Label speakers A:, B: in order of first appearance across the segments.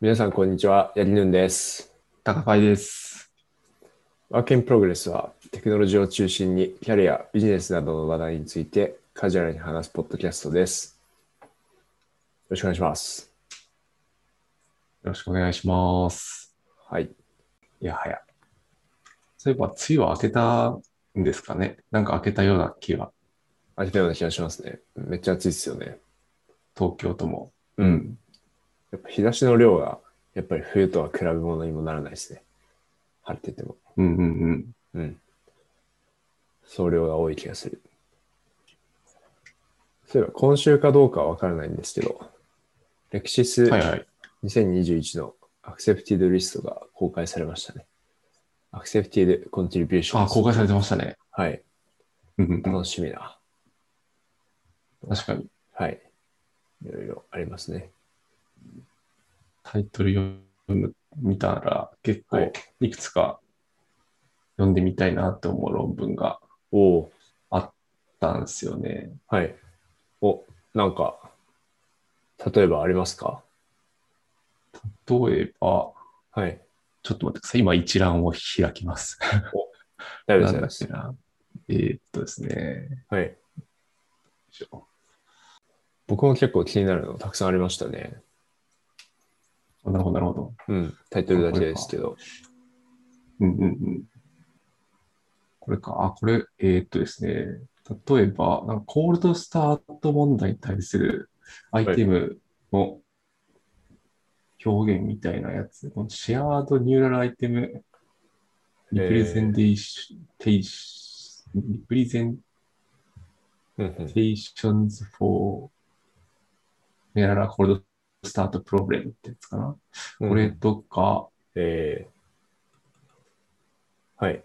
A: 皆さん、こんにちは。やりぬんです。
B: 高パイです。
A: ワークインプログレスは、テクノロジーを中心に、キャリア、ビジネスなどの話題について、カジュアルに話すポッドキャストです。よろしくお願いします。
B: よろしくお願いします。
A: はい。
B: いやはや。そういえば、梅雨は明けたんですかねなんか明けたような気が、
A: 開けたような気がしますね。めっちゃ暑いですよね。
B: 東京とも。
A: うん。やっぱ日差しの量が、やっぱり冬とは比べ物にもならないですね。晴れてても。
B: うんうんう
A: う
B: ん。
A: ん。総量が多い気がする。そういえば、今週かどうかはわからないんですけど、レクシス
B: はいはい。
A: 2021のアクセプティドリストが公開されましたね。アクセプティドコントリビューション。
B: あ、公開されてましたね。
A: はい。
B: うんうんう
A: 楽しみだ。
B: ん。確かに。
A: はい。いろいろありますね。
B: タイトル読む、見たら、結
A: はい
B: 構、いくつか読んでみたいなって思う論文があ
A: おお
B: ったんですよね。
A: ーはい。お、なんか、例えばありますか
B: 例えば、
A: はい。
B: ちょっと待ってください。今、一覧を開きます。
A: 大丈
B: な
A: 夫で
B: んだっけ
A: す。
B: な。えーっとですね。よ
A: はい。
B: いしょ
A: 僕も結構気になるのたくさんありましたね。
B: なるほど、なるほど。
A: うん。タイトルだけですけど。
B: うんうんうん。これか。あ、これ、えーっとですね。例えば、なんかコールドスタート問題に対するアイテムの表現みたいなやつ。このシェアードニューラルアイテム、リプレゼンテーション、リプレゼン
A: うんうん。
B: テーションズ for ニューラルコールドスタートプロブレムってやつかな。これとか、
A: えーはい。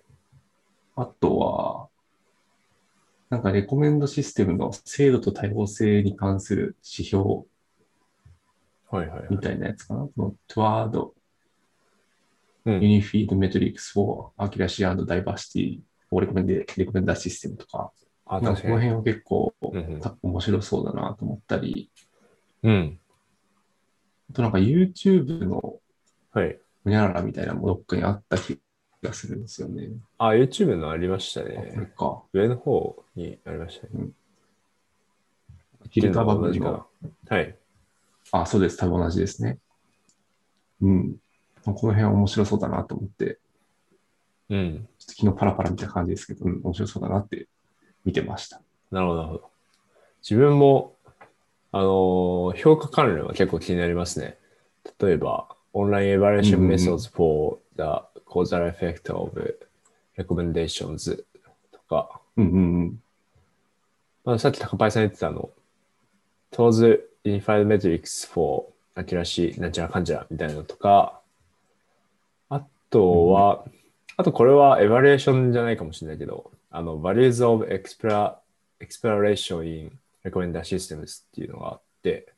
B: あとは、なんかレコメンドシステムの精度と多様性に関する指標
A: はいはいはい。
B: みたいなやつかな。この Toward
A: うん。
B: Unified Metrics for Accuracy and Diversity for Recommended Recommender System とか、
A: あ、
B: なん
A: 確
B: かこ
A: か
B: の
A: に。
B: 辺は結構、
A: うんうん
B: た面白そうだなと思ったり、
A: うん。
B: あとなんか YouTube の
A: はい。
B: ほにゃららみたいなものどっかにあった気がするんですよね。
A: あ、YouTube のありました
B: あこれ
A: ね。
B: か。
A: 上の方にありましたね。
B: ヒルタ
A: の
B: バ
A: と
B: ブ
A: 同じ
B: ルの
A: かな。はい。
B: あ、そうです。多分同じですね。うん。この辺は面白そうだなと思って、
A: うん。
B: ちょっと昨日パラパラ見た感じですけど、うん、面白そうだなって見てました。
A: なるほど、なるほど。自分も、あのー評価関連は結構気になりますね。例えば、オンラインエヴァレーショ
B: うん
A: ン
B: うんう
A: メ
B: ん
A: ソッド for the causal effect of recommendations とか、
B: うんうんうん。
A: まあ、さっき高林さん言ってたあの、Tools Unified Metrics for アキラシなんちゃらかんちゃらみたいなのとか、あとは、あとこれはエヴァリエーションじゃないかもしれないけど、あの、Values of Expla- Exploration in Recommender Systems っていうのがあって、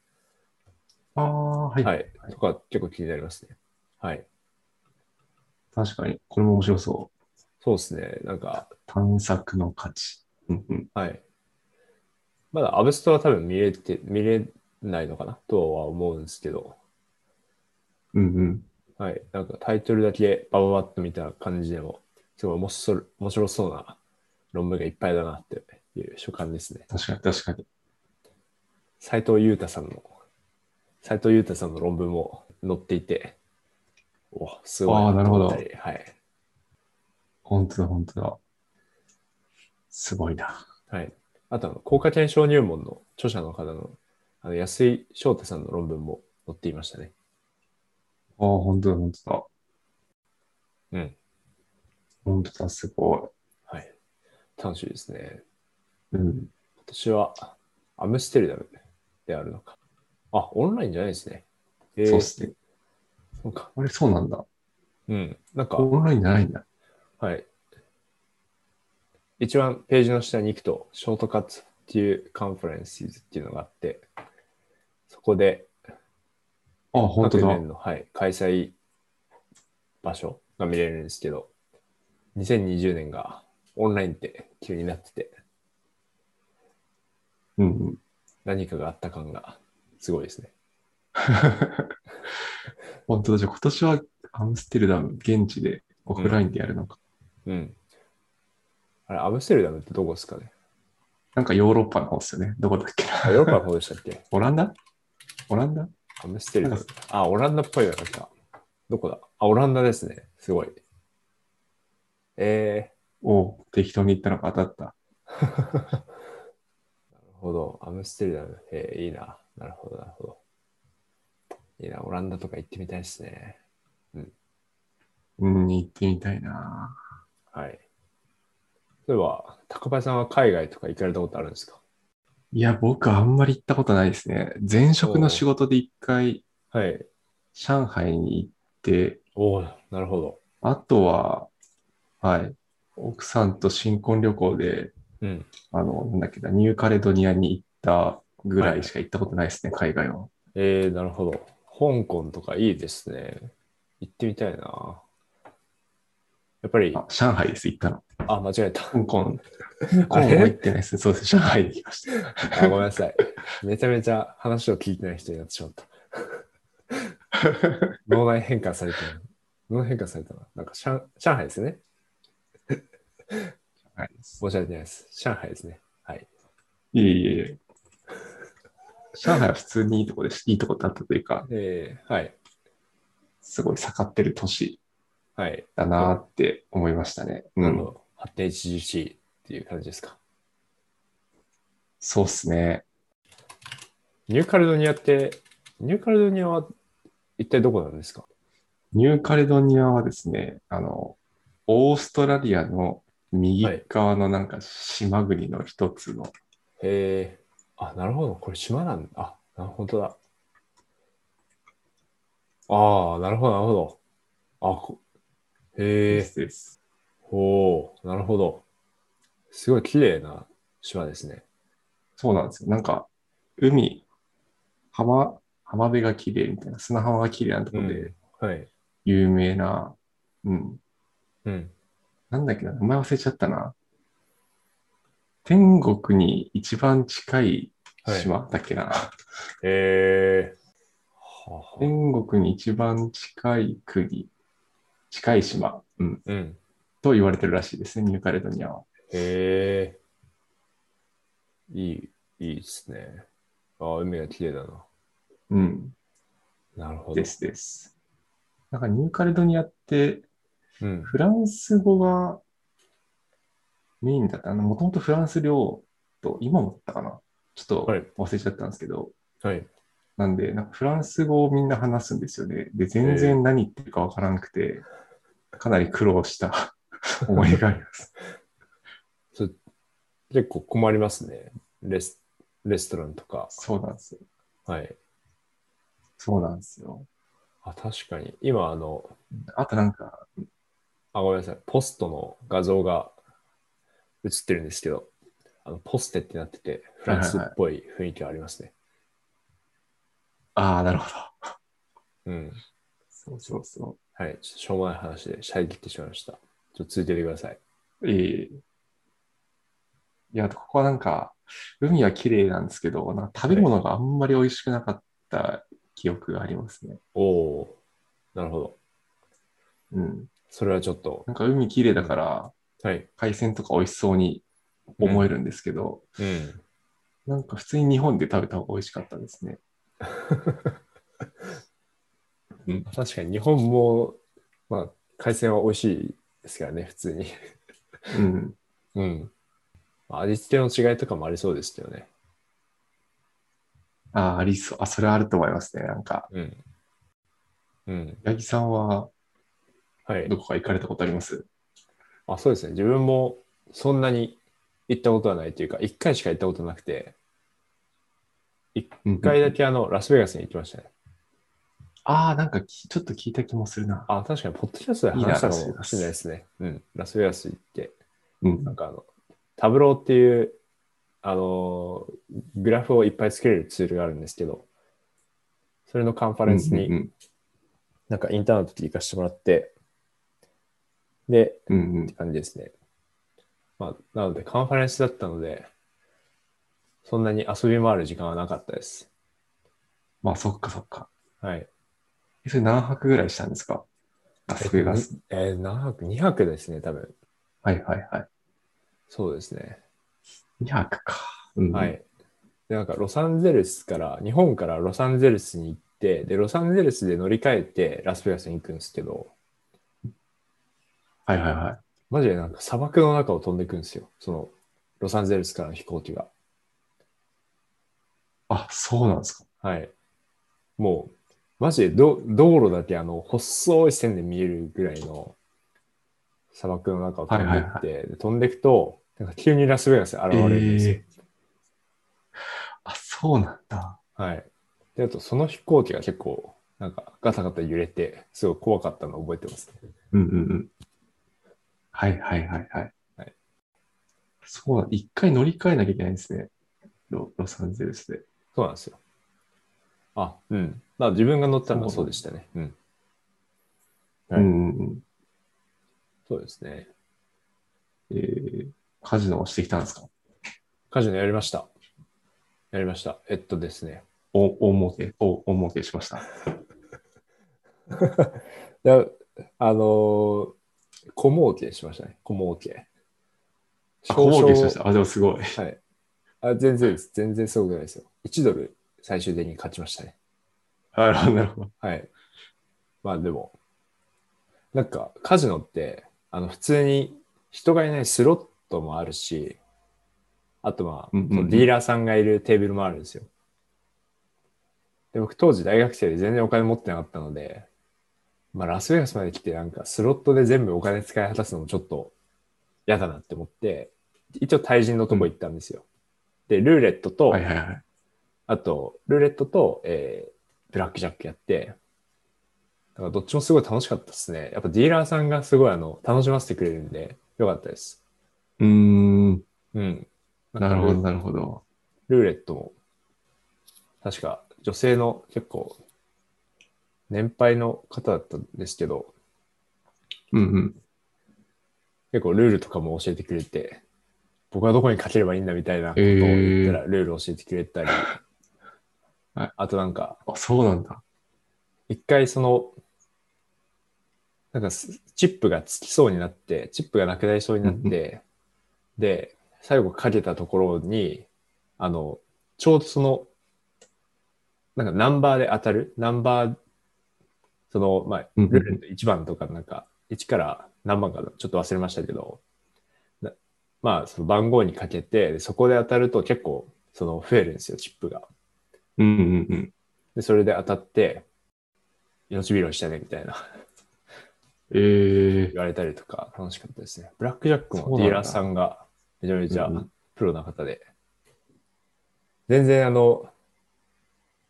B: ああ、はい、
A: はい、とか結構気になりますね。はい。
B: 確かに。これも面白そう。
A: そうですね。なんか、
B: 探索の価値。うんうん。
A: はい。まだアブストは多分見れて、見れないのかなとは思うんですけど、
B: うんうん。
A: はい。なんかタイトルだけバババッと見た感じでも、すごい面白い面白そうな論文がいっぱいだなっていう所感ですね。
B: 確かに、確かに。
A: 斉藤裕太さんの、斉藤裕太さんの論文も載っていて、お、すごい。
B: あーなるほど
A: はい。
B: 本当だ、本当だ。すごいな。
A: はい。あとあの、効果検証入門の著者の方の、あの安井翔太さんの論文も載っていましたね。
B: ああ、本当だ、本当だ。
A: うん。
B: 本当だ、すご
A: はい。楽しいですね。
B: い。うん。
A: 今年はアムステルダムであるのか。あ、オンラインじゃないですね。えー
B: そうっすね。
A: そうか。
B: あれ、そうなんだ。
A: うん。なんか、
B: オンラインじゃないんだ。
A: はい。一番ページの下に行くと、ショートカットっていうカンファレンスっていうのがあって、そこで
B: ああ、本当
A: 各
B: だ。
A: 年の、はい、開催場所が見れるんですけど、2020年がオンラインって急になってて、
B: うんうん。
A: 何かがあった感がすごいですね。
B: 本当だ、じゃあ今年はアムステルダム、現地でオフラインでやるのか。
A: うん。あれ、アムステルダムってどこですか ね
B: なんかヨーロッパの方ですよね。どこだっけな。
A: あヨーロッパの方でしたっけ
B: オランダオランダ
A: アムステルダム。あ、オランダっぽいのが来た。どこだあ、オランダですね。すごい。え
B: を適当に言ったのが当たった。
A: ー。なるほど。アムステルダム。えー、いいな。なるほど、なるほど。いいな。オランダとか行ってみたいですね。
B: うん、行ってみたいな。
A: はい。例えば、高林さんは海外とか行かれたことあるんですか
B: いや、僕あんまり行ったことないですね。前職の仕事で一回
A: はい。
B: 上海に行って、
A: おおなるほど。
B: あとは、はい、奥さんと新婚旅行で、
A: うん。
B: あの、なんだっけな、ニューカレドニアに行ったぐらいしか行ったことないですね、海外は。
A: えー、なるほど。香港とかいいですね。行ってみたいな。やっぱり、
B: あ、上海です、行ったの。
A: あ、間違えた。
B: 香港。香港は行ってないですね。そうです、上海に行きました。
A: あごめんなさい。めちゃめちゃ話を聞いてない人になってしま った。脳内変化されたな。脳内変化されたな。なんか上、上海ですね。
B: はい
A: 申し訳ないです。上海ですね。はい。
B: いえいえいえ。上海は普通にいいとこです。いいとこだったというか、
A: えー、はい。
B: すごい盛ってる都市
A: はい。
B: だなーって思いましたね。う
A: なるほ
B: ん。
A: ど。発展著しいっていう感じですか。
B: そうっすね。
A: ニューカレドニアって、ニューカレドニアは一体どこなんですか
B: ニューカレドニアはですね、あの、オーストラリアの右側のなんか島国の一つの、
A: へえ。あ、なるほど。これ島なんだ。あ、なるほどだ。ああ、なるほど、なるほど。あ、こへ
B: で
A: え。
B: すです。
A: おお、なるほど。すごい綺麗な島ですね。
B: そうなんですよ。なんか、海、浜、浜辺が綺麗みたいな、砂浜が綺麗なとこで
A: はい。
B: 有名な、うん、
A: うん。
B: なんだっけな、名前忘れちゃったな。天国に一番近い島だっけな。
A: へえ。はあはあ
B: 天国に一番近い国、近い島、うん、
A: うん。
B: と言われてるらしいですね、ニューカレドニアは。
A: へえ。いい、いいですね。ああ、海が綺麗だな。
B: うん、
A: なるほど
B: で。すです。なんかニューカレドニアって、
A: うん。
B: フランス語がメインだった。もともとフランス領と、今もだったかな。ちょっ
A: は
B: と
A: い
B: 忘れちゃったんですけど、
A: はい。
B: なんで、なんかフランス語をみんな話すんですよね。で、全然何言ってるかわからなくて、かなり苦労した思いがあります。
A: 結構困りますね。レスレストランとか。
B: そうなんですよ。
A: はい。
B: そうなんですよ。
A: あ、確かに。今、あの、
B: あとなんか、
A: あ、ごめんなさい。ポストの画像が映ってるんですけど、あのポステってなってて、フランスっぽい雰囲気はありますね。
B: ああ、なるほど。
A: うん。
B: そうそうそ
A: はい。ちょっとしょうもない話で、遮り切ってしまいました。ちょっと続いててください。
B: う。ええいや、あとここはなんか、海は綺麗なんですけど、なんか食べ物があんまり美味しくなかった記憶がありますね。
A: おおーなるほど。
B: うん。
A: それはちょっと。
B: なんか海綺麗だから、
A: はい。
B: 海鮮とか美味しそうに思えるんですけど、
A: うん。
B: なんか普通に日本で食べた方が美味しかったですね。うん
A: 確かに日本も、まあ、海鮮は美味しいですからね、普通に。
B: うん。
A: うん。まあ味付けの違いとかもありそうですけどね。
B: ああ、ありそう。あ、それはあると思いますね。なんか、
A: うん。うん。
B: 八木さんは
A: はい。
B: どこか行かれたことあります
A: あ、そうですね。自分もそんなに行ったことはないというか、1回しか行ったことなくて、
B: 一
A: 1回だけあの、ラスベガスに行きましたね。
B: ああ、なんかきちょっと聞いた気もするな。
A: あ、確かに、ポッドキャストで話したかもしれないですね。うん。ラスベガス行って、
B: うん
A: なんかあの、タブローっていう、あのー、グラフをいっぱい作れるツールがあるんですけど、それのカンファレンス
B: うんう
A: に、
B: ん
A: なんかインターンの時行かせてもらって、で、
B: うんうん
A: って感じですね。まあ、なので、カンファレンスだったので、そんなに遊び回る時間はなかったです。
B: まあ、そっかそっか。
A: はい。
B: えそれ何泊ぐらいしたんですかラスベガス。
A: えー、何泊 ?2 泊ですね、多分。
B: はいはいは
A: そうですね。
B: い。2泊か。うん
A: はい。で、なんか、ロサンゼルスから、日本からロサンゼルスに行って、で、ロサンゼルスで乗り換えて、ラスベガスに行くんですけど、
B: はいはいはい。
A: マジでなんか砂漠の中を飛んでいくんですよ。その、ロサンゼルスからの飛行機が。
B: あ、そうなんですか。
A: はい。もう、マジでど道路だけあの、細い線で見えるぐらいの砂漠の中を飛んでいって、
B: は
A: で飛んでいくと、なんか急にラスベガスに現れるんですよ。
B: あ、そうなんだ。
A: はい。で、あとその飛行機が結構、なんかガタガタ揺れて、すごい怖かったのを覚えてます、ね。
B: うんうんうん。はいはいはいはい。
A: はい
B: そうなん一回乗り換えなきゃいけないんですね。ロロサンゼルスで。
A: そうなんですよ。あ、うん。まあ自分が乗ったのはそうでしたね。うん。は
B: う
A: い
B: んうんうん。
A: そうですね。
B: えー、カジノをしてきたんですか
A: カジノやりました。やりました。えっとですね。
B: お、大儲け、お、大儲けしました。
A: いや、あのー小儲けしましたね。小儲け。
B: あ、大儲けしました。あ、でもすごい。
A: はい。あ、全然です。全然そうぐらいですよ。1ドル最終的に勝ちましたね。
B: あなるほど、なるほど。
A: はい。まあでも、なんかカジノって、あの普通に人がいないスロットもあるし、あとまあ、
B: うんうんうん
A: そのディーラーさんがいるテーブルもあるんですよ。で、僕当時大学生で全然お金持ってなかったので、まあラスベガスまで来てなんかスロットで全部お金使い果たすのもちょっと嫌だなって思って、一応対人のとこ行ったんですよ。で、ルーレットと、
B: はいはいはい。
A: あと、ルーレットと、えー、ブラックジャックやって、だからどっちもすごい楽しかったですね。やっぱディーラーさんがすごいあの楽しませてくれるんで、よかったです。
B: うーん。
A: うん。
B: なるほど、
A: んか
B: なるほど。
A: ル。ルーレットも、確か女性の結構、年配の方だったんですけど、
B: うんうん。
A: 結構ルールとかも教えてくれて、僕はどこにかければいいんだみたいなことを言ったら、ルール教えてくれたり、
B: はい
A: あとなんか、
B: あ、そうなんだ。
A: 一回その、なんかすチップがつきそうになって、チップがなくなりそうになって、で、最後かけたところに、あの、ちょうどその、なんかナンバーで当たる、ナンバー、その、まあ、
B: うん
A: ル
B: う
A: ー
B: んうん
A: レット1番とか、なんか、1から何番かなちょっと忘れましたけど、なまあ、その番号にかけて、そこで当たると結構、その、増えるんですよ、チップが。
B: うんうんうん。
A: で、それで当たって、命拾いしたね、みたいな
B: えー、
A: 言われたりとか、楽しかったですね。ブラックジャック
B: そうな
A: も
B: んだ
A: ディーラーさんがめちゃめちゃ
B: うんうん
A: プロな方で、全然あの、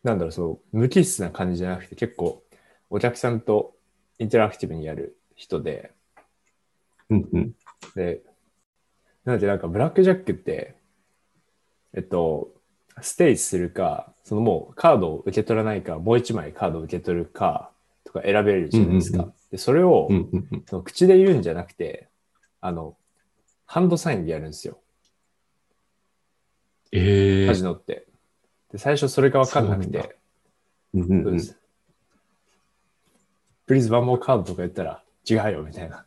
A: なんだろう、そう、無機質な感じじゃなくて、結構お客さんとインタラクティブにやる人で、
B: うんうん。
A: で、なのでなんかブラックジャックって、えっと、ステイするか、そのもうカードを受け取らないか、もう一枚カードを受け取るかとか選べるじゃないですか。
B: うんう
A: で、それを、
B: うんうんうん。
A: その口で言うんじゃなくて、あの、ハンドサインでやるんですよ。
B: え
A: カジ
B: ー、
A: ノって。で、最初それが分かんなく
B: そうなん
A: て、
B: うんうん
A: そううんで。す。プリーズバンモーカードとか言ったら、違うよ、みたいな。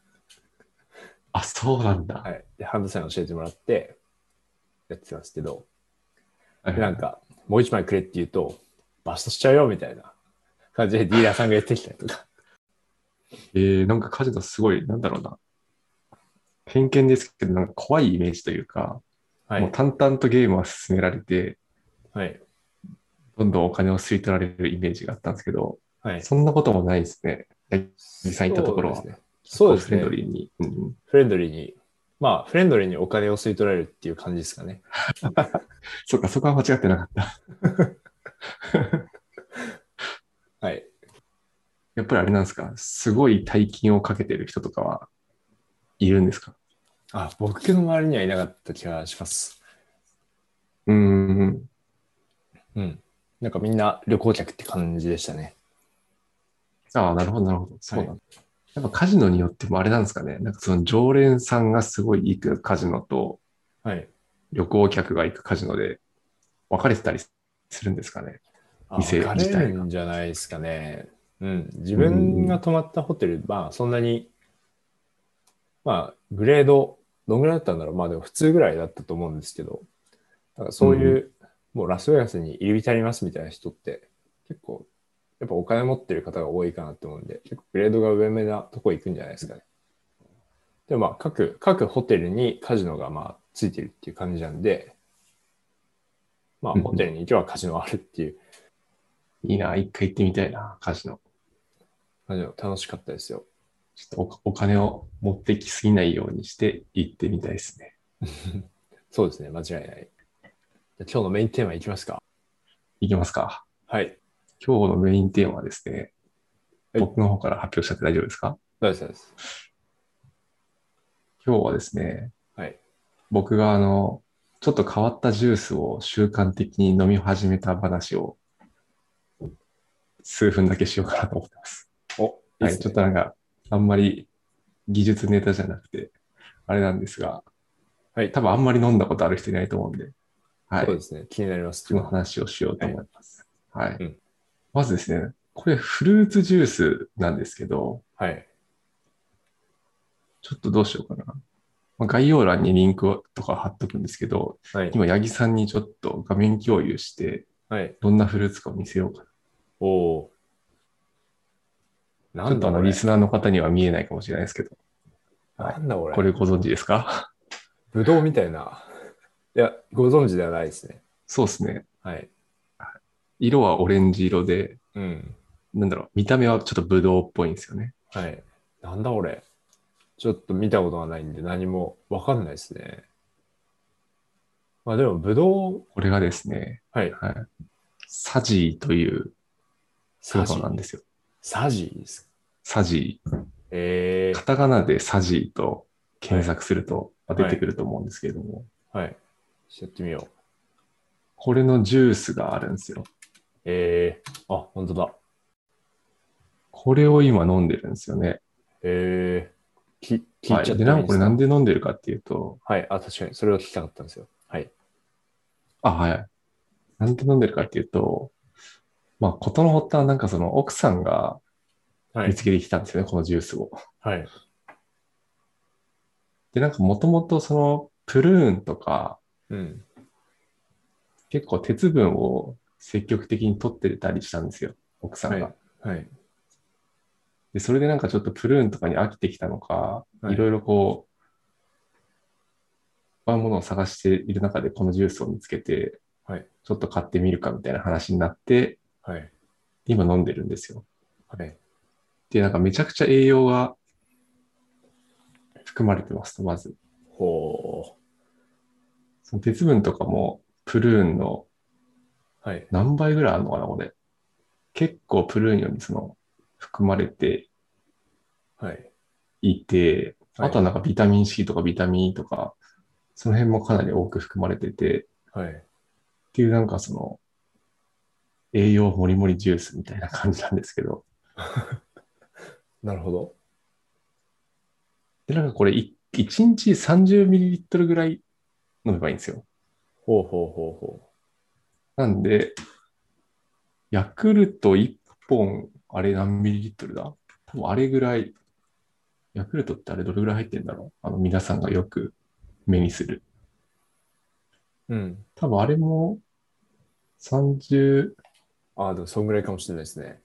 B: あ、そうなんだ。
A: はい。で、ハンドサイン教えてもらって、やってたんですけど、
B: はい
A: でなんか、もう一枚くれって言うと、バストしちゃうよみたいな感じでディーラーさんがやってきたりと か。
B: えー、なんかカジノすごい、なんだろうな。偏見ですけど、なんか怖いイメージというか、
A: は
B: もう
A: い。
B: 淡々とゲームは進められて、
A: はい。
B: どんどんお金を吸い取られるイメージがあったんですけど、
A: はい。
B: そんなこともないですね。実際行ったところは
A: そうですね。そうです
B: フレンド
A: ね。
B: リーに。うんうん
A: フレンドリーに。まあ、フレンドリーにお金を吸い取られるっていう感じですかね。
B: そっか、そこは間違ってなかった。
A: はい。
B: やっぱりあれなんですか、すごい大金をかけてる人とかはいるんですか
A: あ、僕の周りにはいなかった気がします。
B: うーん。
A: うん。なんかみんな旅行客って感じでしたね。
B: ああ、なるほど、なるほど。そうなんだ。やっぱカジノによってもあれなんですかね。なんかその常連さんがすごい行くカジノと、
A: はい。
B: 旅行客が行くカジノで分かれてたりするんですかね。
A: あ
B: 店
A: 分かれ
B: 自体が
A: るんじゃないですかね。うん、自分が泊まったホテル、まあそんなに、まあグレード、どんぐらいだったんだろう、まあでも普通ぐらいだったと思うんですけど、だからそういう、もうラスベガスに入り浸りますみたいな人って、結構、やっぱお金持ってる方が多いかなと思うんで、結構グレードが上めなとこ行くんじゃないですかね。でもまあ各、各ホテルにカジノがまあついてるっていう感じなんで、まあ
B: うん
A: ホテルに行けばカジノあるっていう
B: いいな、一回行ってみたいな、カジノ。
A: 感じの楽しかったですよ。
B: ちょっとおお金を持ってきすぎないようにして行ってみたいですね。
A: そうですね、間違いない。じゃあ今日のメインテーマいきますか。
B: いきますか。
A: はい。
B: 今日のメインテーマはですね、
A: はい
B: 僕の方から発表しちゃって大丈夫ですか
A: そうです、そうです。
B: 今日はですね、
A: はい。
B: 僕があの、ちょっと変わったジュースを習慣的に飲み始めた話を数分だけしようかなと思ってます。
A: お、
B: はい
A: い
B: い、
A: っす
B: ちょっ
A: ね
B: となんか、あんまり技術ネタじゃなくて、あれなんですが、
A: はい
B: 多分あんまり飲んだことある人いないと思うんで、はい
A: そう、ですね、気になります。
B: の話をしようと思います。はい。
A: うん
B: まずですね、これフルーツジュースなんですけど、
A: はい。
B: ちょっとどうしようかな。まあ、概要欄にリンクをとか貼っとくんですけど、
A: はい。
B: 今、八木さんにちょっと画面共有して、
A: はい。
B: どんなフルーツか見せようか
A: おおー。
B: な。
A: な
B: ちょっ
A: ん
B: と
A: だ
B: あの、
A: これ
B: リスナーの方には見えないかもしれないですけど、ナー
A: なんだこれ
B: これご存知で すか
A: ぶどうみたいな。 いや、ご存知ではないですね。
B: そうですね。
A: はい。
B: 色はオレンジ色で、
A: うん。
B: なんだろう、見た目はちょっとブドウっぽいんですよね。
A: はい。なんだこれ。ちょっと見たことがないんで何もわかんないですね。まあでも、ぶどう、
B: これがですね、
A: はい。
B: はい、サジーというスーパーなんですよ。
A: サジーです。
B: サジー。
A: え
B: カタカナでサジーと検索するとまあ出てくると思うんですけれども、
A: ー、はい。ちょっとやってみよう。
B: これのジュースがあるんですよ。
A: えー、あ、本当だ。
B: これを今飲んでるんですよね。
A: えー、き聞
B: はい
A: ちゃ
B: い、
A: っ
B: で、
A: ても
B: ないん
A: いで
B: かこれ
A: す
B: な
A: か
B: んで飲んでるかっていうと、
A: はい、あ、確かに、それを聞きたかったんですよ。はい。
B: あ、はい。なんで飲んでるかっていうと、まあ、ことの発端はなんかその奥さんが
A: は
B: 見つけてきたんですよね、このジュースを。
A: はい。
B: で、なんかもともとそのプルーンとか、
A: うん。
B: 結構鉄分を積極的に取ってたりしたんですよ、奥さんが。
A: はいはい。
B: で、それでなんかちょっとプルーンとかに飽きてきたのか、
A: はい
B: い、ろいろこう、あものを探している中でこのジュースを見つけて、
A: はい
B: ちょっと買ってみるかみたいな話になって、
A: はい。
B: 今飲んでるんですよ。
A: はい。
B: で、なんかめちゃくちゃ栄養が含まれてますと、まず。
A: ほ
B: その鉄分とかもプルーンの
A: う。はい。
B: 何倍ぐらいあるのかな、これ。結構プルーンよりその含まれて
A: はい。
B: いて、
A: はい
B: あとはなんかビタミン C とかビタミン E とか、その辺もかなり多く含まれてて、
A: はい。
B: っていうなんかその、栄養もりもりジュースみたいな感じなんですけど、
A: なるほど。
B: で、なんかこれ1日 30ml ぐらい飲めばいいんですよ。
A: ほうほうほうほ
B: なんで、ヤクルト1本、あれ何ミリリットルだ多分あれぐらい、ヤクルトってあれどれぐらい入ってんだろうあの皆さんがよく目にする。
A: う。うん。
B: 多分あれも30
A: ああ、でも、そんぐらいかもしれないですね。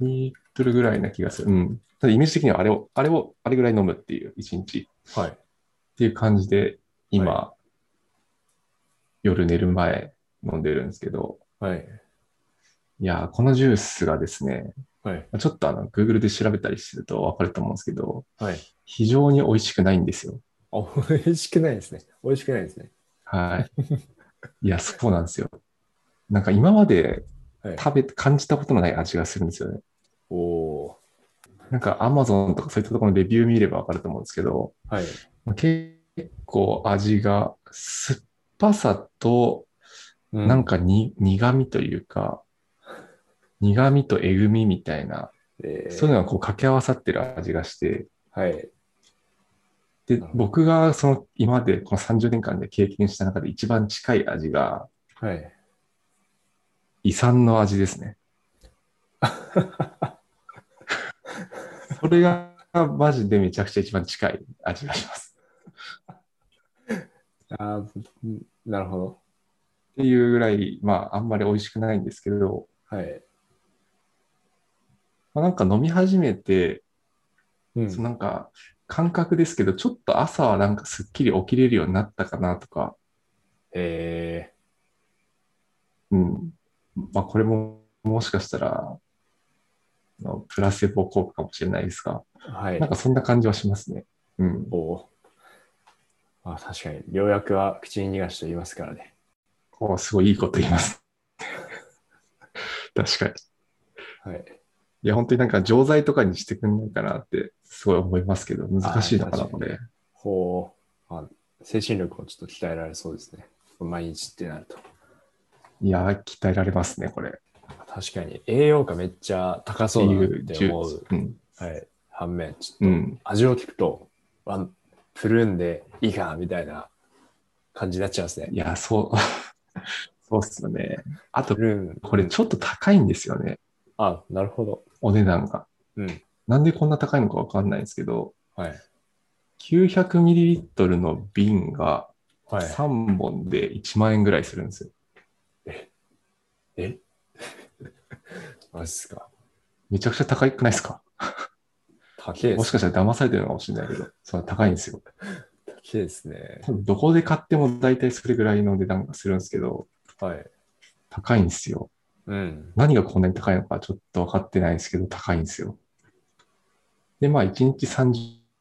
B: ミリリットルぐらいな気がする。うん。ただイメージ的にはあれを、あれを、あれぐらい飲むっていう、1日
A: はい。
B: っていう感じで、今、夜寝る前飲んでるんですけど、
A: はい。
B: いやー、このジュースがですね、
A: はい。
B: ちょっとあの、Google で調べたりするとわかると思うんですけど、
A: はい。
B: 非常に美味しくないんですよ。
A: あ、美味しくないですね。美味しくないですね。
B: はい。いや、そうなんですよ。なんか今まで
A: はい。
B: 食べ、感じたことのない味がするんですよね。
A: おお
B: なんか Amazon とかそういったところのレビュー見ればわかると思うんですけど、
A: ー。はい。
B: 結構味が酸っぱさと、
A: う
B: なん、かに、苦味というか、苦味とえぐみみたいな、
A: えー、
B: そういうのがこう掛け合わさってる味がして、
A: はい。な
B: で
A: る、ほど
B: 僕がその今までこの30年間で経験した中で一番近い味が
A: はい。
B: 胃酸の味ですね。これがマジでめちゃくちゃ一番近い味がします。
A: あーなるほど。
B: っていうぐらい、まあ、あんまり美味しくないんですけど、
A: はい。
B: まあ、なんか飲み始めて、
A: う
B: そ
A: ん。
B: のなんか感覚ですけど、ちょっと朝はなんかすっきり起きれるようになったかなとか、
A: え
B: うん。まあ、これももしかしたら、あのプラセボ効果かもしれないですが、
A: ー、はい
B: なん。かそんな感じはしますね。うん。
A: おお。あ、確かに、良薬は口に逃がしと言いますからね。
B: おすごいいいこと言います。 確かに。
A: はい。
B: いや、本当になんか錠剤とかにしてくんないかなって、すごい思いますけど、難しいのかな、
A: あー確
B: こ
A: かに
B: れ。
A: ほう。あ精神力をちょっと鍛えられそうですね。毎日ってなると。
B: いやー、鍛えられますね、これ。
A: 確かに、栄養価めっちゃ高そうだなって思う。
B: うん。
A: はい。反面、ちょっと
B: うん。
A: 味を聞くと、あプルーンでいいかなみたいな感じになっちゃいますね
B: い。や、そう。 そうっすよね。あと
A: プ、ルーン。
B: これちょっと高いんですよね、
A: あ、なるほど。
B: お値段が。
A: うん。
B: なんでこんな高いのかわかんないんですけど、
A: はい。
B: 900ml の瓶が
A: はい。
B: 3本で1万円ぐらいするんですよ。
A: えマジっすか。
B: めちゃくちゃ高くないですか
A: 高いで
B: もし
A: す。
B: かしたら騙されてるのかもしれないけど、それは高いんですよ。
A: 高いですね。
B: 多分どこで買っても大体それぐらいの値段がするんですけど、
A: はい。
B: 高いんですよ。
A: うん。
B: 何がこんなに高いのかちょっと分かってないですけど、高いんですよ。で、まあ、1日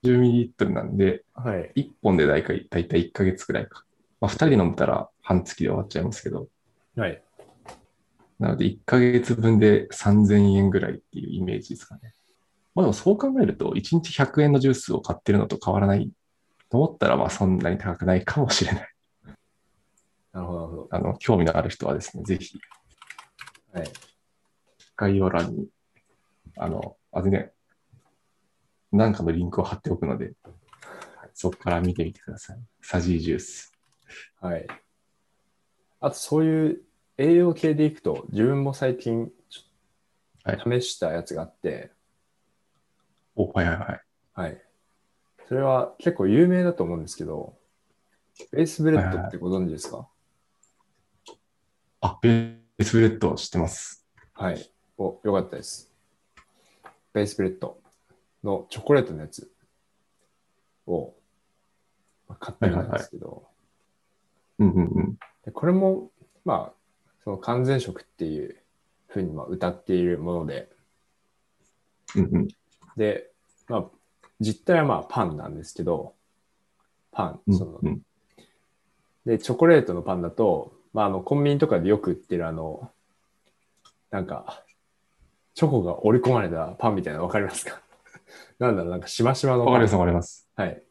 B: 30ml なんで、
A: はい。
B: 1本で大体大体1ヶ月ぐらいか。まあ、2人で飲んだら半月で終わっちゃいますけど、
A: はい。
B: なので1ヶ月分で3000円ぐらいっていうイメージですかね。まあでもそう考えると、1日100円のジュースを買ってるのと変わらないと思ったら、まあそんなに高くないかもしれない。
A: なるほど、なるほど。
B: あの、興味のある人はですね、ぜひ
A: はい。
B: 概要欄に、あの、あれね、なんかのリンクを貼っておくので、はいそこから見てみてください。サジージュース。
A: はい。あと、そういう栄養系でいくと、自分も最近、ちょ試したやつがあって、
B: お、はいはいはい。
A: はい。それは結構有名だと思うんですけど、ベースブレッドってご存知ですか
B: あ、ベースブレッド知ってます。
A: はい。お、よかったです。ベースブレッドのチョコレートのやつをまあ買ってみたんですけど、
B: うんうんうん。
A: でこれも、まあ、その完全食っていうふうにまあ歌っているもので、
B: うんうん。
A: で、まあ、実態はまあパンなんですけど、パ
B: う
A: ン、
B: ん
A: その、
B: うん
A: で、チョコレートのパンだと、まあ、あの、コンビニとかでよく売ってるあの、なんか、チョコが織り込まれたパンみたいなの分かりますか なんだろう、なんかしましまの
B: わか
A: パ
B: り
A: ン
B: ますわかります。
A: はい。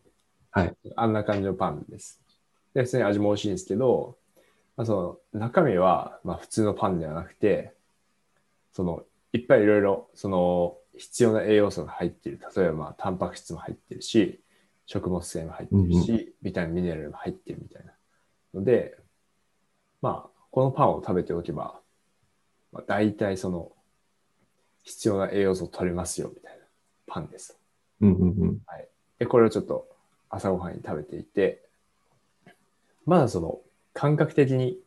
B: はい。
A: あんな感じのパンです。で、普通に味も美味しいんですけど、まあ、その中身は、まあ、普通のパンではなくて、その、いっぱいいろいろ、その、必要な栄養素が入っている。例えば、まあ、タンパク質も入ってるし、食物繊維も入ってるし、ビタミン、ミネラルも入ってるみたいな。ので、まあ、このパンを食べておけば、まあ、大体その、必要な栄養素を取れますよ、みたいなパンです。
B: うんうんうん。
A: で、これをちょっと朝ごはんに食べていて、まだその感覚的に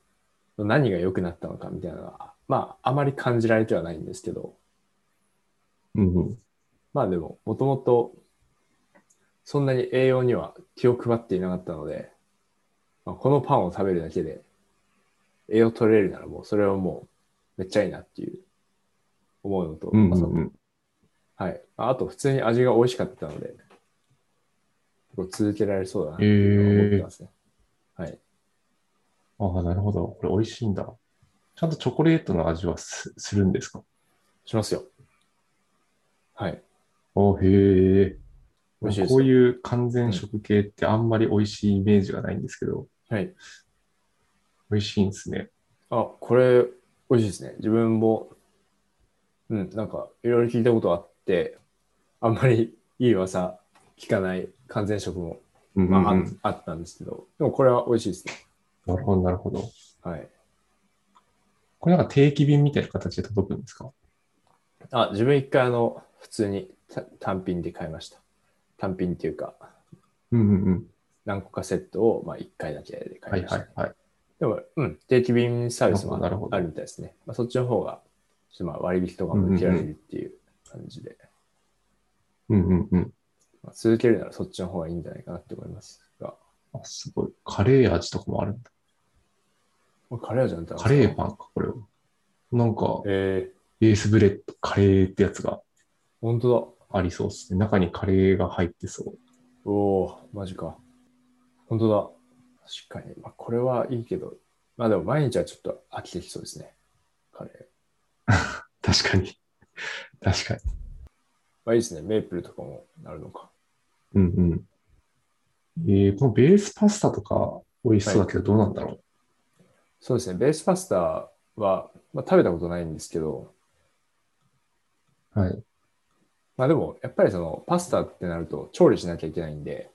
A: 何が良くなったのかみたいなのは、まあ、あまり感じられてはないんですけど、
B: うんうん。
A: まあでも、もともとそんなに栄養には気を配っていなかったので、まあ、このパンを食べるだけで栄養取れるならもうそれはもうめっちゃいいなっていう思うのと、
B: うん
A: まあ
B: う
A: その
B: んうん。
A: はい。ああと、普通に味が美味しかったので、結構続けられそうだなっていうのは思ってますね。はい。
B: ああ、なるほど。これ美味しいんだ。ちゃんとチョコレートの味はすするんですか
A: しますよ。はい。
B: おへえ。
A: 美味しいですよ
B: こういう完全食系ってあんまり美味しいイメージがないんですけど、
A: はい。
B: 美味しいんですね。
A: あ、これ、美味しいですね。自分も、うん、なんか、いろいろ聞いたことあって、あんまりいい噂聞かない完全食も、
B: うん
A: まあ、あ
B: うんんうん
A: あったんですけど、でもこれは美味しいですね。
B: なるほど、なるほど。
A: はい。
B: これなんか定期便みたいな形で届くんですか
A: あ、自分一回あの、普通にさ単品で買いました。単品っていうか、
B: うんうんうん。
A: 何個かセットを、まあ、1回だけで
B: は
A: 買い
B: い
A: ました。
B: はいはい。
A: でも、うん、定期便サービスも
B: なるほど
A: あるみたいですね。まあ、そっちの方が、ちょっとまあ割引とかも受けられるっていう感じで、
B: うんうんうん。
A: まあ、続けるならそっちの方がいいんじゃないかなって思いますが、
B: あ、すごい。カレー味とかもあるんだ。
A: これカレー味なんだ
B: カレーパンか、これは。なんか、
A: えー、
B: ベースブレッド、カレーってやつが
A: 本当
B: ありそうですね。中にカレーが入ってそう。
A: だ。おおマジか。本当だ。確かに。まあ、これはいいけど、まあでも毎日はちょっと飽きてきそうですね。カレー。
B: 確かに。 確かに。
A: まあいいですね。メープルとかもなるのか。
B: うんうん。えー、このベースパスタとか美味しそうだけど、どうなんだろ
A: そうですね。ベースパスタは、まあ、食べたことないんですけど、
B: う。はい。
A: まあでも、やっぱりそのパスタってなると調理しなきゃいけないんで、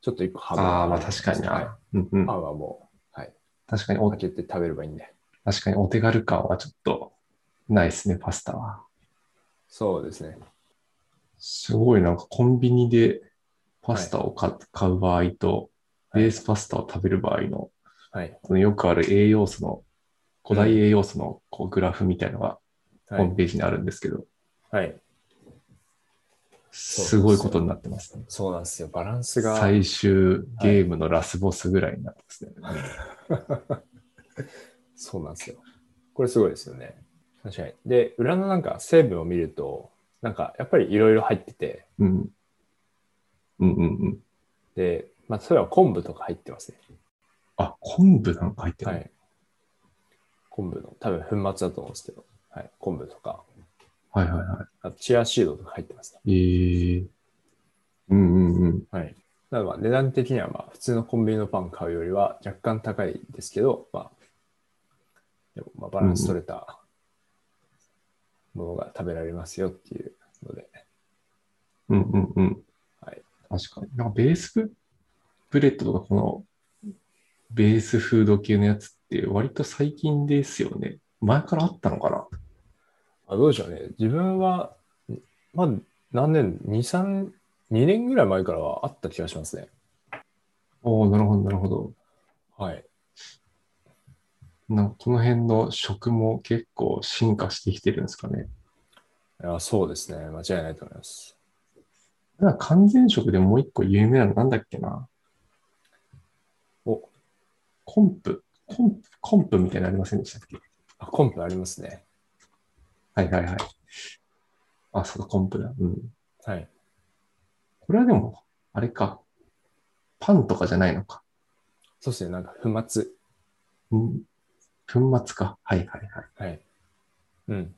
A: ちょっと一個幅が
B: ああ、まあ確かに
A: はい
B: な。うんうん
A: パ。ンはもう、はい。
B: 確かにお、
A: 開けて食べればいいんで。
B: 確かにお手軽感はちょっとないですね、パスタは。
A: そうですね。
B: すごいなんかコンビニでパスタを買,、買う場合と、
A: はい
B: ベースパスタを食べる場合の、
A: はい。
B: このよくある栄養素の、古代栄養素のこうグラフみたいのがホ
A: は
B: ーム
A: い。
B: ページにあるんですけど、
A: はい、
B: すごいことになってますね。
A: そうなんですよ。バランスが。
B: 最終ゲームのラスボスぐらいになってますね。
A: そうなんですよ。これすごいですよね。確かに。で、裏のなんか成分を見ると、なんかやっぱりいろいろ入ってて、
B: うん。うんうんうん。
A: で、まあ、それは昆布とか入ってますね。
B: あ、昆布なんか入ってる、
A: はい。昆布の、多分粉末だと思うんですけど、はい。昆布とか、
B: はい、はいは
A: あとチアシードとか入ってますね。
B: いえー。うんうんうん。
A: はい。なので、値段的にはまあ普通のコンビニのパン買うよりは若干高いですけど、まあ、でもまあバランス取れたものが食べられますよっていうので、
B: うんうんうん。
A: はい。
B: 確かに。なんかベースブレッドとかこのベースフード系のやつって割と最近ですよね。前からあったのかな
A: あどうでしょうね。自分は、んまあ、何年、2、3、2年ぐらい前からはあった気がしますね。
B: おおなるほど、なるほど。
A: はい。
B: なんかこの辺の食も結構進化してきてるんですかね。
A: いやそうですね。間違いないと思います。
B: なんか完全食でもう一個有名なのなんだっけな
A: お、
B: コンプ、コンプ、コンプみたいなのありませんでしたっけ
A: あコンプありますね。
B: はいはいはい。あ、そうだ、コンプだ。うん。
A: はい。
B: これはでも、あれか。パンとかじゃないのか。
A: そうですね。なんか粉末。
B: うん。粉末か。はいはい
A: はい。うん。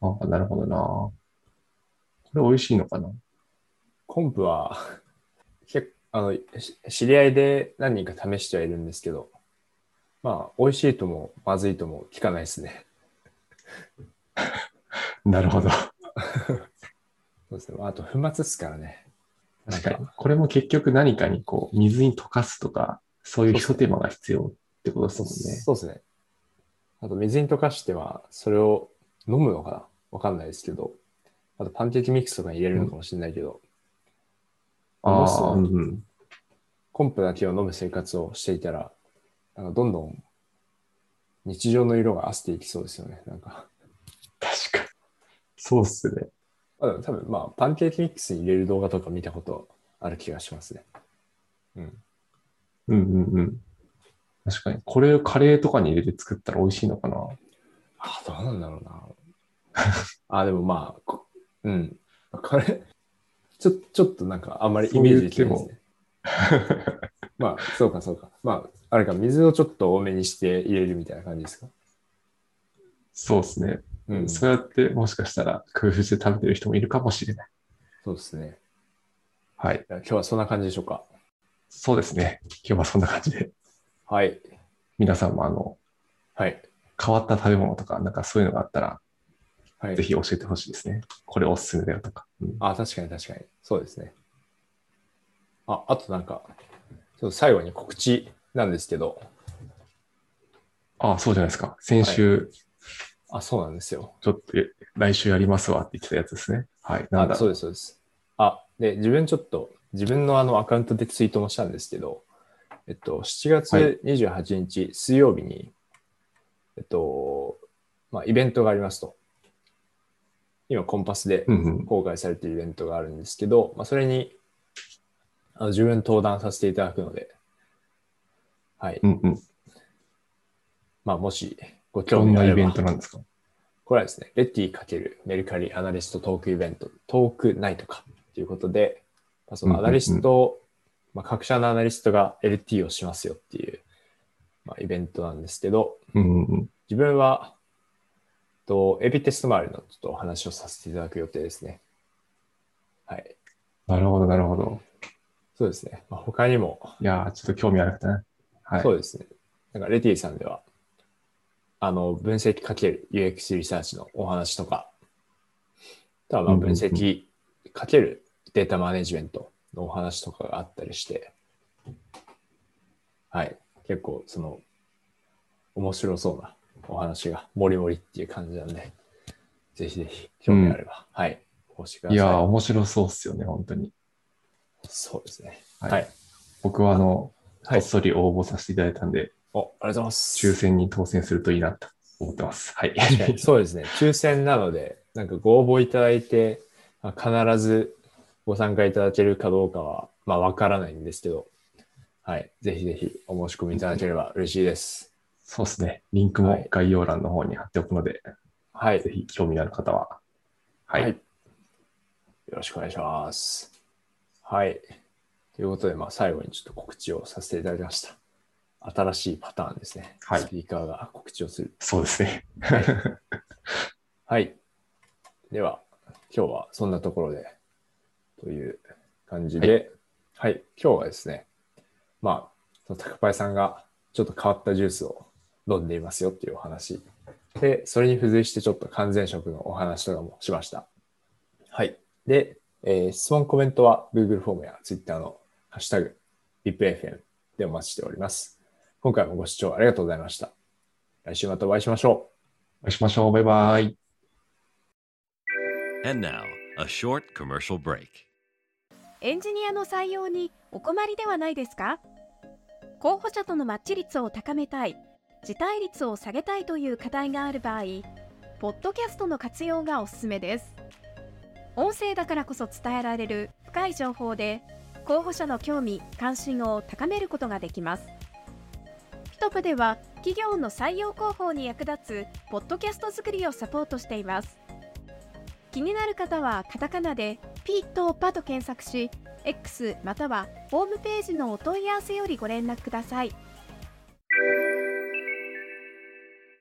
B: はい。あ、なるほどな。これ美味しいのかな
A: コンプは、結あの、し知り合いで何人か試してはいるんですけど、まあ、美味しいとも、まずいとも聞かないですね。
B: なるほど。
A: そうですね。まああと、粉末ですからね。
B: 確 かに。これも結局何かにこう、水に溶かすとか、そういう一手間が必要ってことです
A: そう
B: もんね。
A: そうですね。あと、水に溶かしては、それを飲むのかなわかんないですけど、あと、パンケーキミックスとかに入れるのかもしれないけど、
B: あ
A: そ
B: あ、
A: う
B: うんうん。
A: コンプだけを飲む生活をしていたら、なんかどんどん日常の色があせていきそうですよね。なんか、
B: 確かに。そうっすね。
A: まあ、でも多分まあ、パンケーキミックスに入れる動画とか見たことある気がしますね。うん。
B: うんうんうん。確かに。これをカレーとかに入れて作ったら美味しいのかな
A: ああ、どうなんだろうな。 ああ、でもまあ、こうん。これ、ちょ、ちょっとなんかあんまりイメージできないですね。 まあ、そうかそうか。まあ、あれか、水をちょっと多めにして入れるみたいな感じですか。
B: そうですね。
A: うん。そ
B: そうやってもしかしたら工夫して食べてる人もいるかもしれない。
A: うですね。
B: はい。
A: じゃあ今日はそんな感じでしょうか。
B: そうですね。今日はそんな感じで。
A: はい。
B: 皆さんもあの、
A: はい。
B: 変わった食べ物とか、なんかそういうのがあったら、
A: はい。
B: ぜひ教えてほしいですね。これおすすめだよとか。うん
A: あ、確かに確かに。そうですね。あ、あとなんか、ちょっと最後に告知なんですけど、
B: ああ、そうじゃないですか。先週、
A: あ、そうなんですよ。
B: ちょっとえ来週やりますわって言ってたやつですね。はい。なん
A: あ、
B: だ
A: そうです、そうです。あ、で、自分ちょっと、自分のあのアカウントでツイートもしたんですけど、えっと、7月28日水曜日に、えっと、まあ、イベントがありますと。今、コンパスで
B: うんうん。
A: 公開されているイベントがあるんですけど、まあ、それにあの自分登壇させていただくので、はい。
B: うんうん。
A: まあ、もしご興
B: ど
A: 味
B: ん
A: があ
B: な
A: れ
B: イベン
A: ば
B: ト、なんですか
A: これはですね、レティ×メルカリアナリストトークイベント、トークナイトかということで、まあ、そのアナリスト、まあ、各社のアナリストが LT をしますよっていう、まあ、イベントなんですけど、
B: うんうん
A: 自分は、と、エビテスト周りのちょっとお話をさせていただく予定ですね。はい。
B: なるほど、なるほど。
A: そうですね。まあ、他にも、
B: いやー、ちょっと興味あるくてね。はい。
A: そうですね。なんか、レティさんでは、あの、分析かける UX リサーチのお話とか、あとはまあ
B: うんうん
A: 分
B: うん
A: 析かけるデータマネジメントのお話とかがあったりして、はい。結構、その、面白そうなお話が、もりもりっていう感じなんで、ぜひぜひ、興味あれば、はい。お越しくださ
B: い
A: い。
B: やー、面白そうっすよね、本当に。
A: そうですね。は。
B: はいい
A: はい。
B: 僕は、あの、こっそり応募させていただいたんで、
A: お、ありがとうございます。
B: 抽選に当選するといいなと思ってます。はい。
A: 確かに そうですね。抽選なので、なんかご応募いただいて、まあ必ずご参加いただけるかどうかは、まあ、わからないんですけど、はい。ぜひぜひお申し込みいただければ嬉しいです。
B: そうですね。リンク
A: は
B: も
A: い
B: 概要欄の方に貼っておくので、
A: はい。
B: ぜひ興味のある方は。は。
A: はいい。よろしくお願いします。はい。ということで、まあ、最後にちょっと告知をさせていただきました。新しいパターンですね。
B: はい
A: スピーカーが告知をする。
B: そうですね。
A: はい。では、今日はそんなところで、という感じで、はい、今日はですね、まあ、その宅配さんがちょっと変わったジュースを飲んでいますよっていうお話。で、それに付随してちょっと完全食のお話とかもしました。はい。で、えー質問、コメントは Google フォームや Twitter のハッシュタグ、VIPFM でお待ちしております。今回もご視聴ありがとうございました。来週またお会いしましょう。
B: お会いしましょう。バイバイ。
C: And now, a short commercial break.
D: エンジニアの採用にお困りではないですか候補者とのマッチ率を高めたい、辞退率を下げたいという課題がある場合、ポッドキャストの活用がおすすめです。音声だからこそ伝えられる深い情報で、候補者の興味・関心を高めることができます。ピトプでは、企業の採用広報に役立つポッドキャスト作りをサポートしています。気になる方はカタカナで「ピーとパ」と検索し X またはホームページのお問い合わせよりご連絡ください